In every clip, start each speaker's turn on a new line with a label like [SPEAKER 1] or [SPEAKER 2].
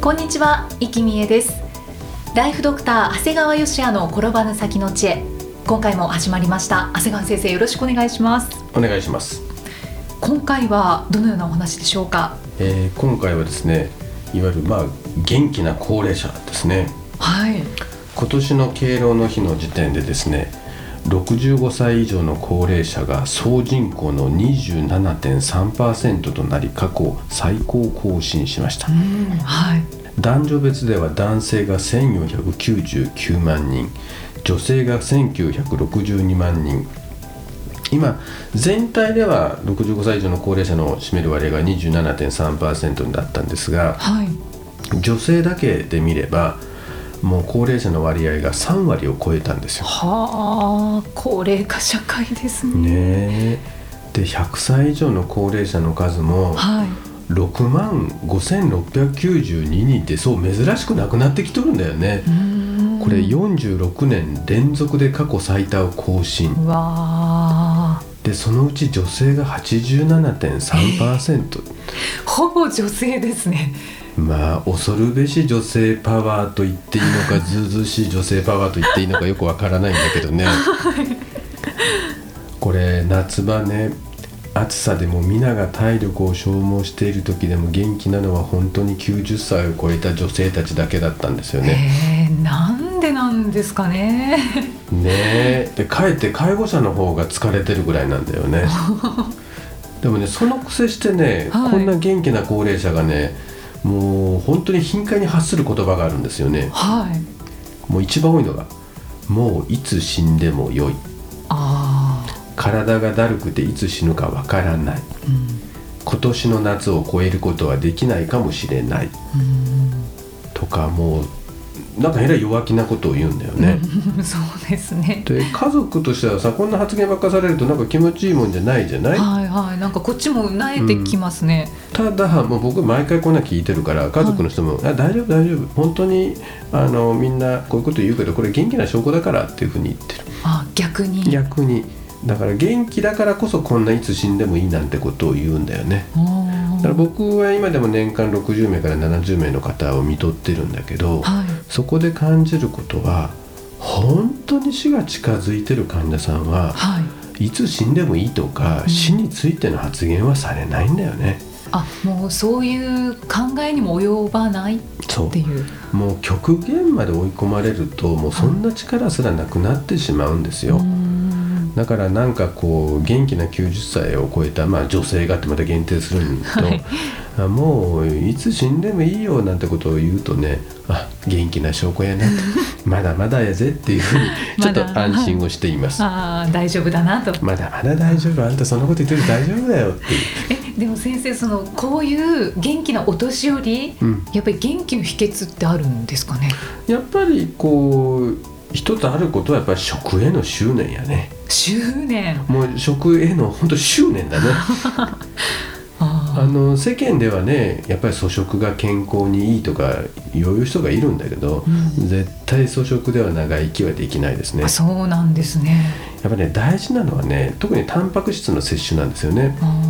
[SPEAKER 1] こんにちは、生きみえですライフドクター長谷川義也の転ばぬ先の知恵今回も始まりました長谷川先生よろしくお願いします
[SPEAKER 2] お願いします、
[SPEAKER 1] 今回はどのようなお話でしょうか
[SPEAKER 2] えー今回はですねいわゆるまあ元気な高齢者ですね
[SPEAKER 1] はい
[SPEAKER 2] 今年の敬老の日の時点でですね65歳以上の高齢者が総人口の27.3%となり過去最高を更新しました
[SPEAKER 1] はい
[SPEAKER 2] 男女別では男性が1499万人女性が1962万人今全体では65歳以上の高齢者の占める割合が27.3%だったんですが
[SPEAKER 1] はい
[SPEAKER 2] 女性だけで見ればもう高齢者の割合が3割を超えたんですよ。
[SPEAKER 1] はあ高齢化社会ですね
[SPEAKER 2] ねえで100歳以上の高齢者の数も
[SPEAKER 1] はい
[SPEAKER 2] 6万5692人ってそう珍しくなくなってきとるんだよね。これ46年連続で過去最多を更新
[SPEAKER 1] うわあ
[SPEAKER 2] でそのうち女性が87.3%
[SPEAKER 1] ほぼ女性ですね
[SPEAKER 2] まあ恐るべし女性パワーと言っていいのかずうずうしい女性パワーと言っていいのかよくわからないんだけど ねこれ夏場ね暑さでも皆が体力を消耗している時でも元気なのは本当に90歳を超えた女性たちだけだったんですよね。
[SPEAKER 1] えー、なんでなんですかね
[SPEAKER 2] ねえでかえって介護者の方が疲れてるぐらいなんだよ ねでもねその癖してね、
[SPEAKER 1] はい
[SPEAKER 2] こんな元気な高齢者がねもう本当に頻回に発する言葉があるんですよね
[SPEAKER 1] はい
[SPEAKER 2] もう一番多いのが「もういつ死んでもよい」
[SPEAKER 1] あ
[SPEAKER 2] 「体がだるくていつ死ぬかわからない」
[SPEAKER 1] ーうん
[SPEAKER 2] 今年の夏を越えることはできないかもしれないとかもうなんかえらい弱気なことを言うんだよね。
[SPEAKER 1] うん そうですね
[SPEAKER 2] で家族としてはさこんな発言ばっかされるとなんか気持ちいいもんじゃないじゃない
[SPEAKER 1] はいはいなんかこっちも慣れてきますね、
[SPEAKER 2] ただもう僕毎回こんなの聞いてるから家族の人も「あ大丈夫大丈夫本当にあのみんなこういうこと言うけどこれ元気な証拠だから」っていうふうに言ってる
[SPEAKER 1] あ逆に
[SPEAKER 2] 逆にだから元気だからこそこんないつ死んでもいいなんてことを言うんだよね
[SPEAKER 1] お
[SPEAKER 2] だ
[SPEAKER 1] ー
[SPEAKER 2] から僕は今でも年間60名から70名の方を見とってるんだけど
[SPEAKER 1] はい
[SPEAKER 2] そこで感じることは本当に死が近づいてる患者さんは
[SPEAKER 1] はい
[SPEAKER 2] いつ死んでもいいとか、
[SPEAKER 1] うん
[SPEAKER 2] 死についての発言はされないんだよね。
[SPEAKER 1] あもうそういう考えにも及ばないっ
[SPEAKER 2] そう
[SPEAKER 1] ていう
[SPEAKER 2] もう極限まで追い込まれるともうそんな力すらなくなってしまうんですよ、
[SPEAKER 1] うーん
[SPEAKER 2] だからなんかこう元気な90歳を超えた、まあ、女性がってまた限定するんだけど、
[SPEAKER 1] はい
[SPEAKER 2] あもういつ死んでもいいよなんてことを言うとねあ元気な証拠やな とまだまだやぜっていうふうにちょっ
[SPEAKER 1] ま
[SPEAKER 2] と
[SPEAKER 1] だ
[SPEAKER 2] 安心をしています。
[SPEAKER 1] あー大丈夫だなと
[SPEAKER 2] まだまだ大丈夫あんたそんなこと言ってる大丈夫だよっていう
[SPEAKER 1] えでも先生そのこういう元気なお年寄り、
[SPEAKER 2] うん
[SPEAKER 1] やっぱり元気の秘訣ってあるんですかね
[SPEAKER 2] やっぱりこう一つあることはやっぱり食への執念やね
[SPEAKER 1] 執念
[SPEAKER 2] もう食への本当執念 だねあ
[SPEAKER 1] あ
[SPEAKER 2] の世間ではねやっぱり粗食が健康にいいとか言う人がいるんだけど、
[SPEAKER 1] うん
[SPEAKER 2] 絶対粗食では長生きはできないですね
[SPEAKER 1] ーあそうなんですね
[SPEAKER 2] やっぱね大事なのはね特にタンパク質の摂取なんですよね
[SPEAKER 1] あ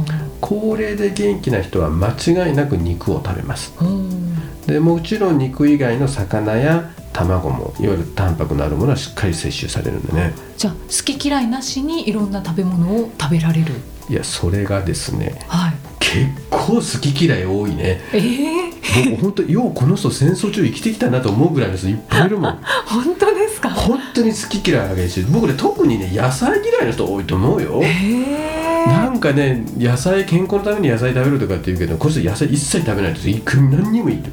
[SPEAKER 2] 高齢で元気な人は間違いなく肉を食べます
[SPEAKER 1] ーうん
[SPEAKER 2] でもちろん肉以外の魚や卵もいわゆるタンパクのあるものはしっかり摂取されるんでね
[SPEAKER 1] じゃあ好き嫌いなしにいろんな食べ物を食べられる
[SPEAKER 2] いやそれがですね
[SPEAKER 1] はい
[SPEAKER 2] 結構好き嫌い多いね
[SPEAKER 1] ええ
[SPEAKER 2] 僕本当ようこの人戦争中生きてきたなと思うぐらいの人いっぱいいるも ん
[SPEAKER 1] 本当ですか
[SPEAKER 2] 本当に好き嫌い激しい僕ね特にね野菜嫌いの人多いと思うよ
[SPEAKER 1] え
[SPEAKER 2] な
[SPEAKER 1] ー、
[SPEAKER 2] んかね野菜健康のために野菜食べるとかって言うけどこの人野菜一切食べないって人いく何人もいる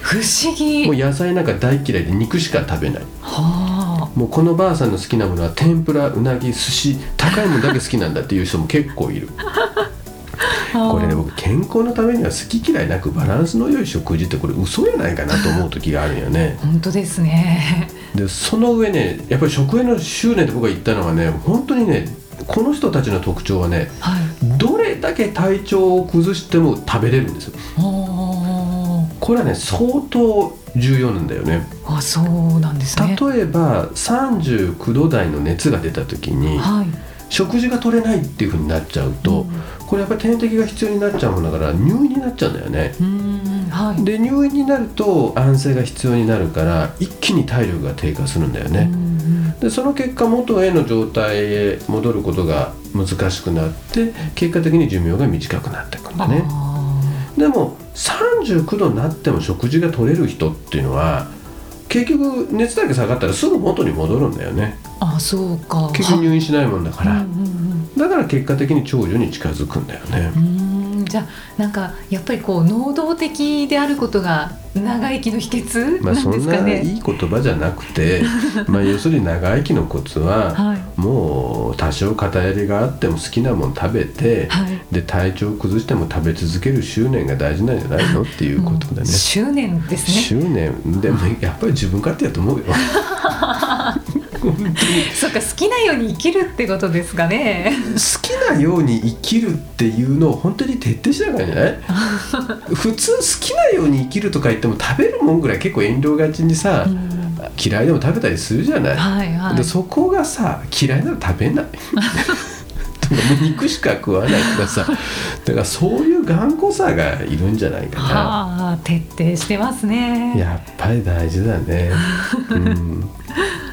[SPEAKER 1] 不思議
[SPEAKER 2] もう野菜なんか大嫌いで肉しか食べない
[SPEAKER 1] はあ
[SPEAKER 2] もうこのばあさんの好きなものは天ぷらうなぎ寿司高いものだけ好きなんだっていう人も結構いるこれね僕健康のためには好き嫌いなくバランスの良い食事ってこれ嘘やないかなと思う時があるんよね
[SPEAKER 1] 本当ですね
[SPEAKER 2] でその上ねやっぱり食への執念って僕が言ったのはね本当にねこの人たちの特徴はね
[SPEAKER 1] はい
[SPEAKER 2] どれだけ体調を崩しても食べれるんですよ
[SPEAKER 1] おー
[SPEAKER 2] これはね相当重要なんだよね
[SPEAKER 1] あそうなんですね
[SPEAKER 2] 例えば39度台の熱が出た時に
[SPEAKER 1] はい
[SPEAKER 2] 食事が取れないっていう風になっちゃうと、
[SPEAKER 1] うん
[SPEAKER 2] これやっぱり点滴が必要になっちゃうものだから入院になっちゃうんだよね
[SPEAKER 1] うーんはい
[SPEAKER 2] で入院になると安静が必要になるから一気に体力が低下するんだよ
[SPEAKER 1] う
[SPEAKER 2] ね、
[SPEAKER 1] ん
[SPEAKER 2] でその結果元への状態へ戻ることが難しくなって結果的に寿命が短くなっていくんだね
[SPEAKER 1] あ
[SPEAKER 2] でも39度になっても食事が取れる人っていうのは結局熱だけ下がったらすぐ元に戻るんだよね
[SPEAKER 1] ーあそうか
[SPEAKER 2] 結局入院しないもんだか
[SPEAKER 1] は
[SPEAKER 2] ら
[SPEAKER 1] うんうん
[SPEAKER 2] だから結果的に長寿に近づくんだよね
[SPEAKER 1] うんうーんじゃあなんかやっぱりこう能動的であることが長生きの秘訣
[SPEAKER 2] まあ
[SPEAKER 1] なん
[SPEAKER 2] そ
[SPEAKER 1] で
[SPEAKER 2] ん
[SPEAKER 1] すか
[SPEAKER 2] な
[SPEAKER 1] ね、
[SPEAKER 2] いい言葉じゃなく てまあ要するに長生きのコツは
[SPEAKER 1] はい
[SPEAKER 2] もう多少偏りがあっても好きなもん食べて
[SPEAKER 1] はい
[SPEAKER 2] で体調を崩しても食べ続ける執念が大事なんじゃないのっていうことだ
[SPEAKER 1] うん
[SPEAKER 2] ね
[SPEAKER 1] 執念ですね
[SPEAKER 2] 執念でもやっぱり自分勝手やと思 うよ
[SPEAKER 1] そうか好きなように生きるってことですかね。
[SPEAKER 2] 好きなように生きるっていうのを本当に徹底しなきゃいけない普通好きなように生きるとか言っても食べるもんぐらい結構遠慮がちにさ、嫌いでも食べたりするじゃない、
[SPEAKER 1] はいはい。
[SPEAKER 2] でそこがさ嫌いなら食 べないとかもう肉しか食わないとかさだからそういう頑固さがいるんじゃないかな
[SPEAKER 1] はあ徹底してますね。
[SPEAKER 2] やっぱり大事だね、うん、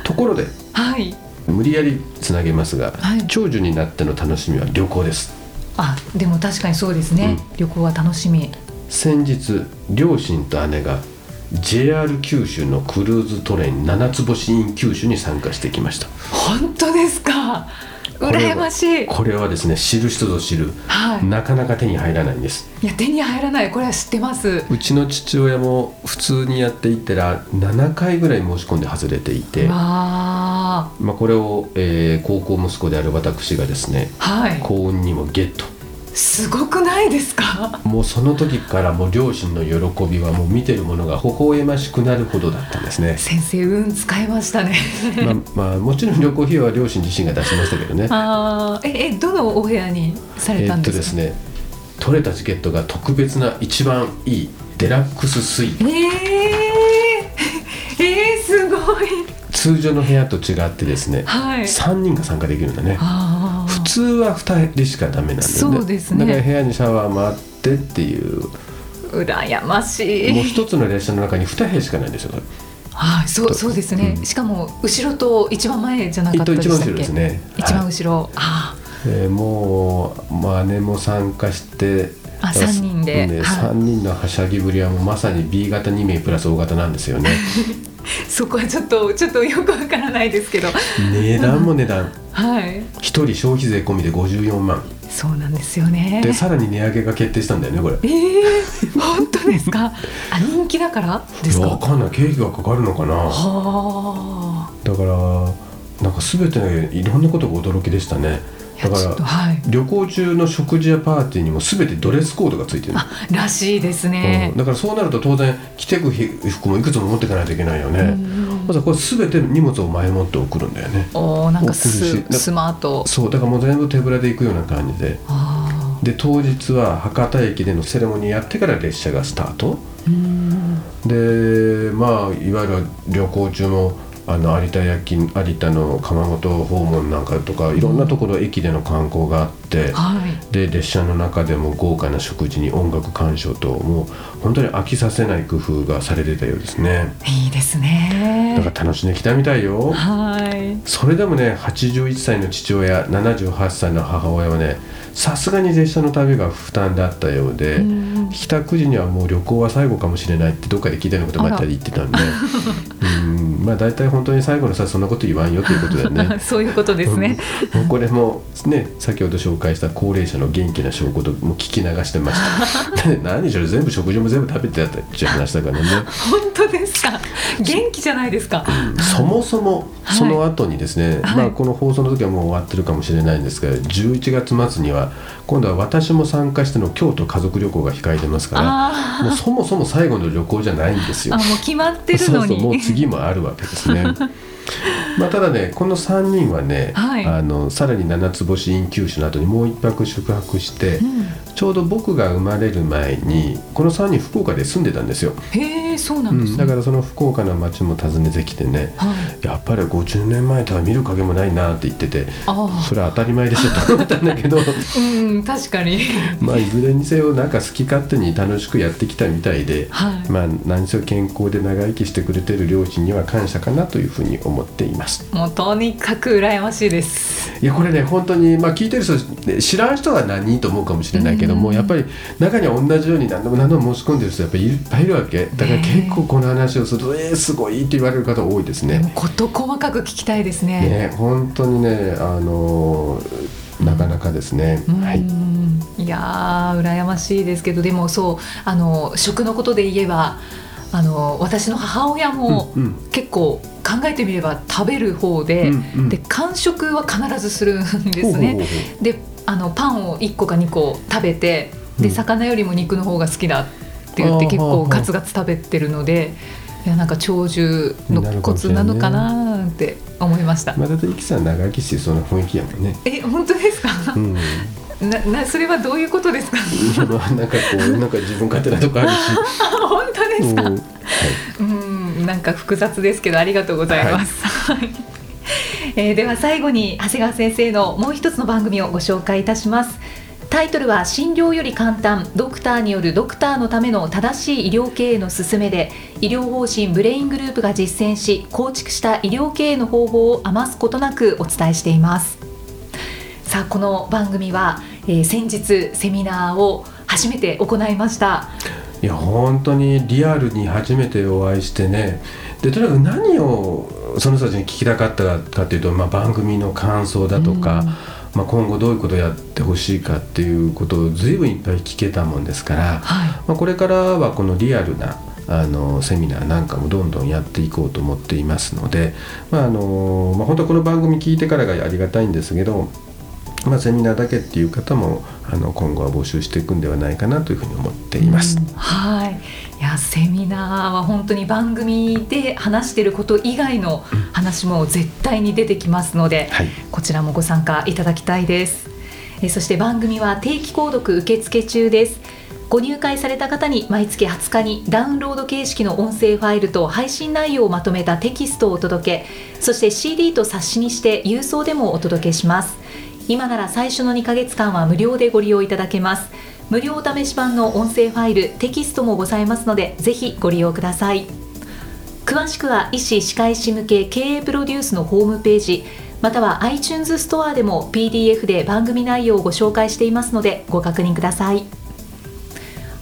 [SPEAKER 2] ところで
[SPEAKER 1] はい。
[SPEAKER 2] 無理やりつなげますが、
[SPEAKER 1] はい
[SPEAKER 2] 長寿になっての楽しみは旅行です
[SPEAKER 1] あでも確かにそうですね。旅行は楽しみ。
[SPEAKER 2] 先日両親と姉が JR 九州のクルーズトレイン七つ星 in 九州に参加してきました
[SPEAKER 1] 本当ですか。
[SPEAKER 2] これは
[SPEAKER 1] 羨ましい。
[SPEAKER 2] これはですね知る人ぞ知る
[SPEAKER 1] はい。
[SPEAKER 2] なかなか手に入らないんです
[SPEAKER 1] いや手に入らないこれは知ってます。
[SPEAKER 2] うちの父親も普通にやっていったら7回ぐらい申し込んで外れていて
[SPEAKER 1] わあ
[SPEAKER 2] まあ、これを、えー高校息子である私がですね
[SPEAKER 1] はい。
[SPEAKER 2] 幸運にもゲット
[SPEAKER 1] すごくないですか。
[SPEAKER 2] もうその時からもう両親の喜びはもう見てるものが微笑ましくなるほどだったんです ね
[SPEAKER 1] 先生運使いましたね。。
[SPEAKER 2] まあ、まあ、もちろん旅行費用は両親自身が出しましたけどね
[SPEAKER 1] あーええどのお部屋にされ
[SPEAKER 2] え
[SPEAKER 1] た
[SPEAKER 2] ー
[SPEAKER 1] ん
[SPEAKER 2] っ
[SPEAKER 1] で
[SPEAKER 2] と
[SPEAKER 1] す
[SPEAKER 2] ですね、
[SPEAKER 1] か。
[SPEAKER 2] 取れたチケットが特別な一番いいデラックススイート。
[SPEAKER 1] えー、 えー、すごい。
[SPEAKER 2] 通常の部屋と違ってですね、
[SPEAKER 1] はい。
[SPEAKER 2] 3人が参加できるんだね。
[SPEAKER 1] あ
[SPEAKER 2] 普通は2人しかダメなんだよね。
[SPEAKER 1] そうですね
[SPEAKER 2] だから部屋にシャワーもあってっていう、も
[SPEAKER 1] あ、羨まし
[SPEAKER 2] う
[SPEAKER 1] い。
[SPEAKER 2] 一つの列車の中に2部屋しかないんですよ。これ
[SPEAKER 1] はい、そう、そうですね。
[SPEAKER 2] うん
[SPEAKER 1] しかも、後ろと一番前じゃな
[SPEAKER 2] え
[SPEAKER 1] か
[SPEAKER 2] っと
[SPEAKER 1] ったで
[SPEAKER 2] 一
[SPEAKER 1] し
[SPEAKER 2] 番
[SPEAKER 1] た
[SPEAKER 2] 後
[SPEAKER 1] っ
[SPEAKER 2] ろ
[SPEAKER 1] け。
[SPEAKER 2] ですね。
[SPEAKER 1] 一
[SPEAKER 2] は
[SPEAKER 1] 番
[SPEAKER 2] い
[SPEAKER 1] 後ろ、あ
[SPEAKER 2] えーもう、まあ、姉も参加して
[SPEAKER 1] あ三人で
[SPEAKER 2] ね
[SPEAKER 1] はい
[SPEAKER 2] 三人のはしゃぎぶりはもうまさに B 型2名プラス O 型なんですよね
[SPEAKER 1] ーそこはちょっと、ちょっとよくわからないですけど。
[SPEAKER 2] 値段も値段
[SPEAKER 1] はい。
[SPEAKER 2] 1人消費税込みで54万
[SPEAKER 1] そうなんですよね。
[SPEAKER 2] でさらに値上げが決定したんだよねこれ
[SPEAKER 1] えー、本当ですか。あ、人気だからです
[SPEAKER 2] い
[SPEAKER 1] か。
[SPEAKER 2] やわ
[SPEAKER 1] は
[SPEAKER 2] かんない経費がかかるのかな
[SPEAKER 1] あ。
[SPEAKER 2] だからなんか全てのいろんなことが驚きでしたね
[SPEAKER 1] いや
[SPEAKER 2] だ
[SPEAKER 1] ちょっ
[SPEAKER 2] か
[SPEAKER 1] と
[SPEAKER 2] ら
[SPEAKER 1] はい。
[SPEAKER 2] 旅行中の食事やパーティーにも全てドレスコードがついてる
[SPEAKER 1] あ、らしいです
[SPEAKER 2] う
[SPEAKER 1] ね
[SPEAKER 2] ん、。だからそうなると当然着てく服もいくつも持っていかないといけないよね、まずはこれ全て荷物を前もって送るんだよね
[SPEAKER 1] おお、なんか
[SPEAKER 2] お
[SPEAKER 1] ス
[SPEAKER 2] 苦しい
[SPEAKER 1] スマート。
[SPEAKER 2] そうだからもう全部手ぶらで行くような感じで
[SPEAKER 1] あ
[SPEAKER 2] で当日は博多駅でのセレモニーやってから列車がスタート
[SPEAKER 1] あ。うん。
[SPEAKER 2] でまあいわゆる旅行中もあの有田焼有田の窯元訪問なんかとかいろんなところ駅での観光があって、
[SPEAKER 1] はい。
[SPEAKER 2] で列車の中でも豪華な食事に音楽鑑賞ともう本当に飽きさせない工夫がされてたようですね
[SPEAKER 1] いいです
[SPEAKER 2] だか
[SPEAKER 1] ね。
[SPEAKER 2] ら楽しんできたみたいよ
[SPEAKER 1] はい。
[SPEAKER 2] それでもね81歳の父親78歳の母親はねさすがに列車の旅が負担だったようで、
[SPEAKER 1] うん。
[SPEAKER 2] 帰宅時に はもう旅行は最後かもしれないってどっかで聞いたようなこともあったり言ってたんでうんまあ大体本当に最後のさそんなこと言わんよということだよね
[SPEAKER 1] そういうことですね。
[SPEAKER 2] うんもうこれもね先ほど紹介した高齢者の元気な証拠ともう聞き流してました で何しろ全部食事も全部食べてたっていう話だからね
[SPEAKER 1] 本当ですか。元気じゃないですか。
[SPEAKER 2] そもそも
[SPEAKER 1] はい
[SPEAKER 2] その後にですね、
[SPEAKER 1] はい
[SPEAKER 2] まあ、この放送の時はもう終わってるかもしれないんですが11月末には今度は私も参加しての京都家族旅行が控えてますから
[SPEAKER 1] あ
[SPEAKER 2] もうそもそも最後の旅行じゃないんですよ
[SPEAKER 1] あ、。もう決まってる
[SPEAKER 2] そ
[SPEAKER 1] の
[SPEAKER 2] うそうもう
[SPEAKER 1] に。
[SPEAKER 2] 次もあるわけです ね。まあただねこの3人はね、
[SPEAKER 1] はい
[SPEAKER 2] あのさらに七つ星イン九州の後にもう1泊宿泊して、
[SPEAKER 1] うん
[SPEAKER 2] ちょうど僕が生まれる前にこの3人福岡で住んでたんですよ、
[SPEAKER 1] へえ、そうなんで
[SPEAKER 2] うん
[SPEAKER 1] す
[SPEAKER 2] だ
[SPEAKER 1] ね。
[SPEAKER 2] からその福岡の街も訪ねてきてね
[SPEAKER 1] はい。
[SPEAKER 2] やっぱり50年前とは見る影もないなって言ってて
[SPEAKER 1] あ
[SPEAKER 2] それは当たり前でしょと思ったんだけど
[SPEAKER 1] あ、うん、確かに。
[SPEAKER 2] まあいずれにせよなんか好き勝手に楽しくやってきたみたいで、
[SPEAKER 1] はい。
[SPEAKER 2] まあ何せ健康で長生きしてくれてる両親には感謝かなというふうに思っています
[SPEAKER 1] もうとにかく羨ましいです。
[SPEAKER 2] いやこれね本当にまあ聞いてる人ね知らん人は何と思うかもしれないけども、
[SPEAKER 1] うん
[SPEAKER 2] やっぱり中には同じように何度も何度も申し込んでる人やっぱりいっぱいいるわけだから結構この話をすると「えー、すごい」って言われる方多いです
[SPEAKER 1] もう
[SPEAKER 2] ね。
[SPEAKER 1] こと細かく聞きたいですね。
[SPEAKER 2] ね本当にねあのーなかなかですね、
[SPEAKER 1] うん
[SPEAKER 2] はい、
[SPEAKER 1] いやー羨ましいですけどでもそうあの食のことで言えばあの私の母親も
[SPEAKER 2] うんうん
[SPEAKER 1] 結構考えてみれば食べる方で、
[SPEAKER 2] うんうん
[SPEAKER 1] で完食は必ずするんで
[SPEAKER 2] ほうほうほうほ
[SPEAKER 1] すね。であのパンを1個か2個食べてで
[SPEAKER 2] うん
[SPEAKER 1] 魚よりも肉の方が好きだって言って
[SPEAKER 2] あー
[SPEAKER 1] 結
[SPEAKER 2] はあは
[SPEAKER 1] 構
[SPEAKER 2] あ
[SPEAKER 1] ガツガツ食べてるので。いやなんか長寿のコツなのかなって思いました。
[SPEAKER 2] うまあだっていきさん長生きしてそうな雰囲気やもんね。
[SPEAKER 1] え本当ですか？
[SPEAKER 2] うん
[SPEAKER 1] ななそれはどういうことですか？
[SPEAKER 2] いやまあなんかこうなんか自分勝手なとこあるし、
[SPEAKER 1] 本当で
[SPEAKER 2] う
[SPEAKER 1] す
[SPEAKER 2] ん
[SPEAKER 1] か、
[SPEAKER 2] はい、
[SPEAKER 1] うん、なんか複雑ですけどありがとうございます、はい えーでは最後に長谷川先生のもう一つの番組をご紹介いたしますタイトルは診療より簡単ドクターによるドクターのための正しい医療経営の勧めで医療方針ブレイングループが実践し構築した医療経営の方法を余すことなくお伝えしていますさあこの番組は、えー先日セミナーを初めて行いました
[SPEAKER 2] いや本当にリアルに初めてお会いしてねでとにかく何をその人たちに聞きたかったかというと、まあ、番組の感想だとか、
[SPEAKER 1] うん
[SPEAKER 2] まあ、今後どういうことをやってほしいかっていうことを随分いっぱい聞けたもんですから、
[SPEAKER 1] はい
[SPEAKER 2] まあ、これからはこのリアルなあのセミナーなんかもどんどんやっていこうと思っていますので、まああのまあ、本当はこの番組聞いてからがありがたいんですけど、まあ、セミナーだけっていう方もあの今後は募集していくんではないかなというふうに思っています。
[SPEAKER 1] うんはい。いやセミナーは本当に番組で話していること以外の話も絶対に出てきますので、
[SPEAKER 2] はい
[SPEAKER 1] こちらもご参加いただきたいです。えーそして番組は定期購読受付中です。ご入会された方に毎月20日にダウンロード形式の音声ファイルと配信内容をまとめたテキストをお届け、そして CD と冊子にして郵送でもお届けします。今なら最初の2ヶ月間は無料でご利用いただけます。無料お試し版の音声ファイル、テキストもございますので、ぜひご利用ください。詳しくは医師・歯科医師向け経営プロデュースのホームページまたは iTunes ストアでも PDF で番組内容をご紹介していますのでご確認ください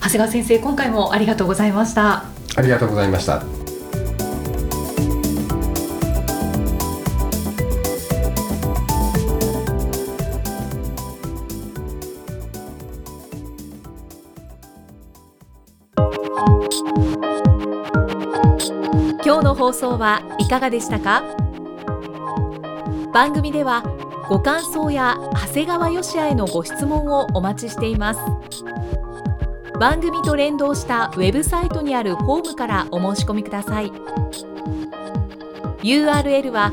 [SPEAKER 1] 長谷川先生今回もありがとうございました
[SPEAKER 2] ありがとうございました。
[SPEAKER 1] 今日の放送はいかがでしたか番組ではご感想や長谷川義也へのご質問をお待ちしています番組と連動したウェブサイトにあるホームからお申し込みください URL は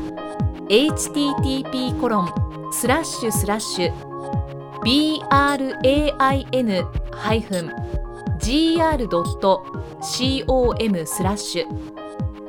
[SPEAKER 1] http コロンスラッシュスラッシュ brain-gr.com ス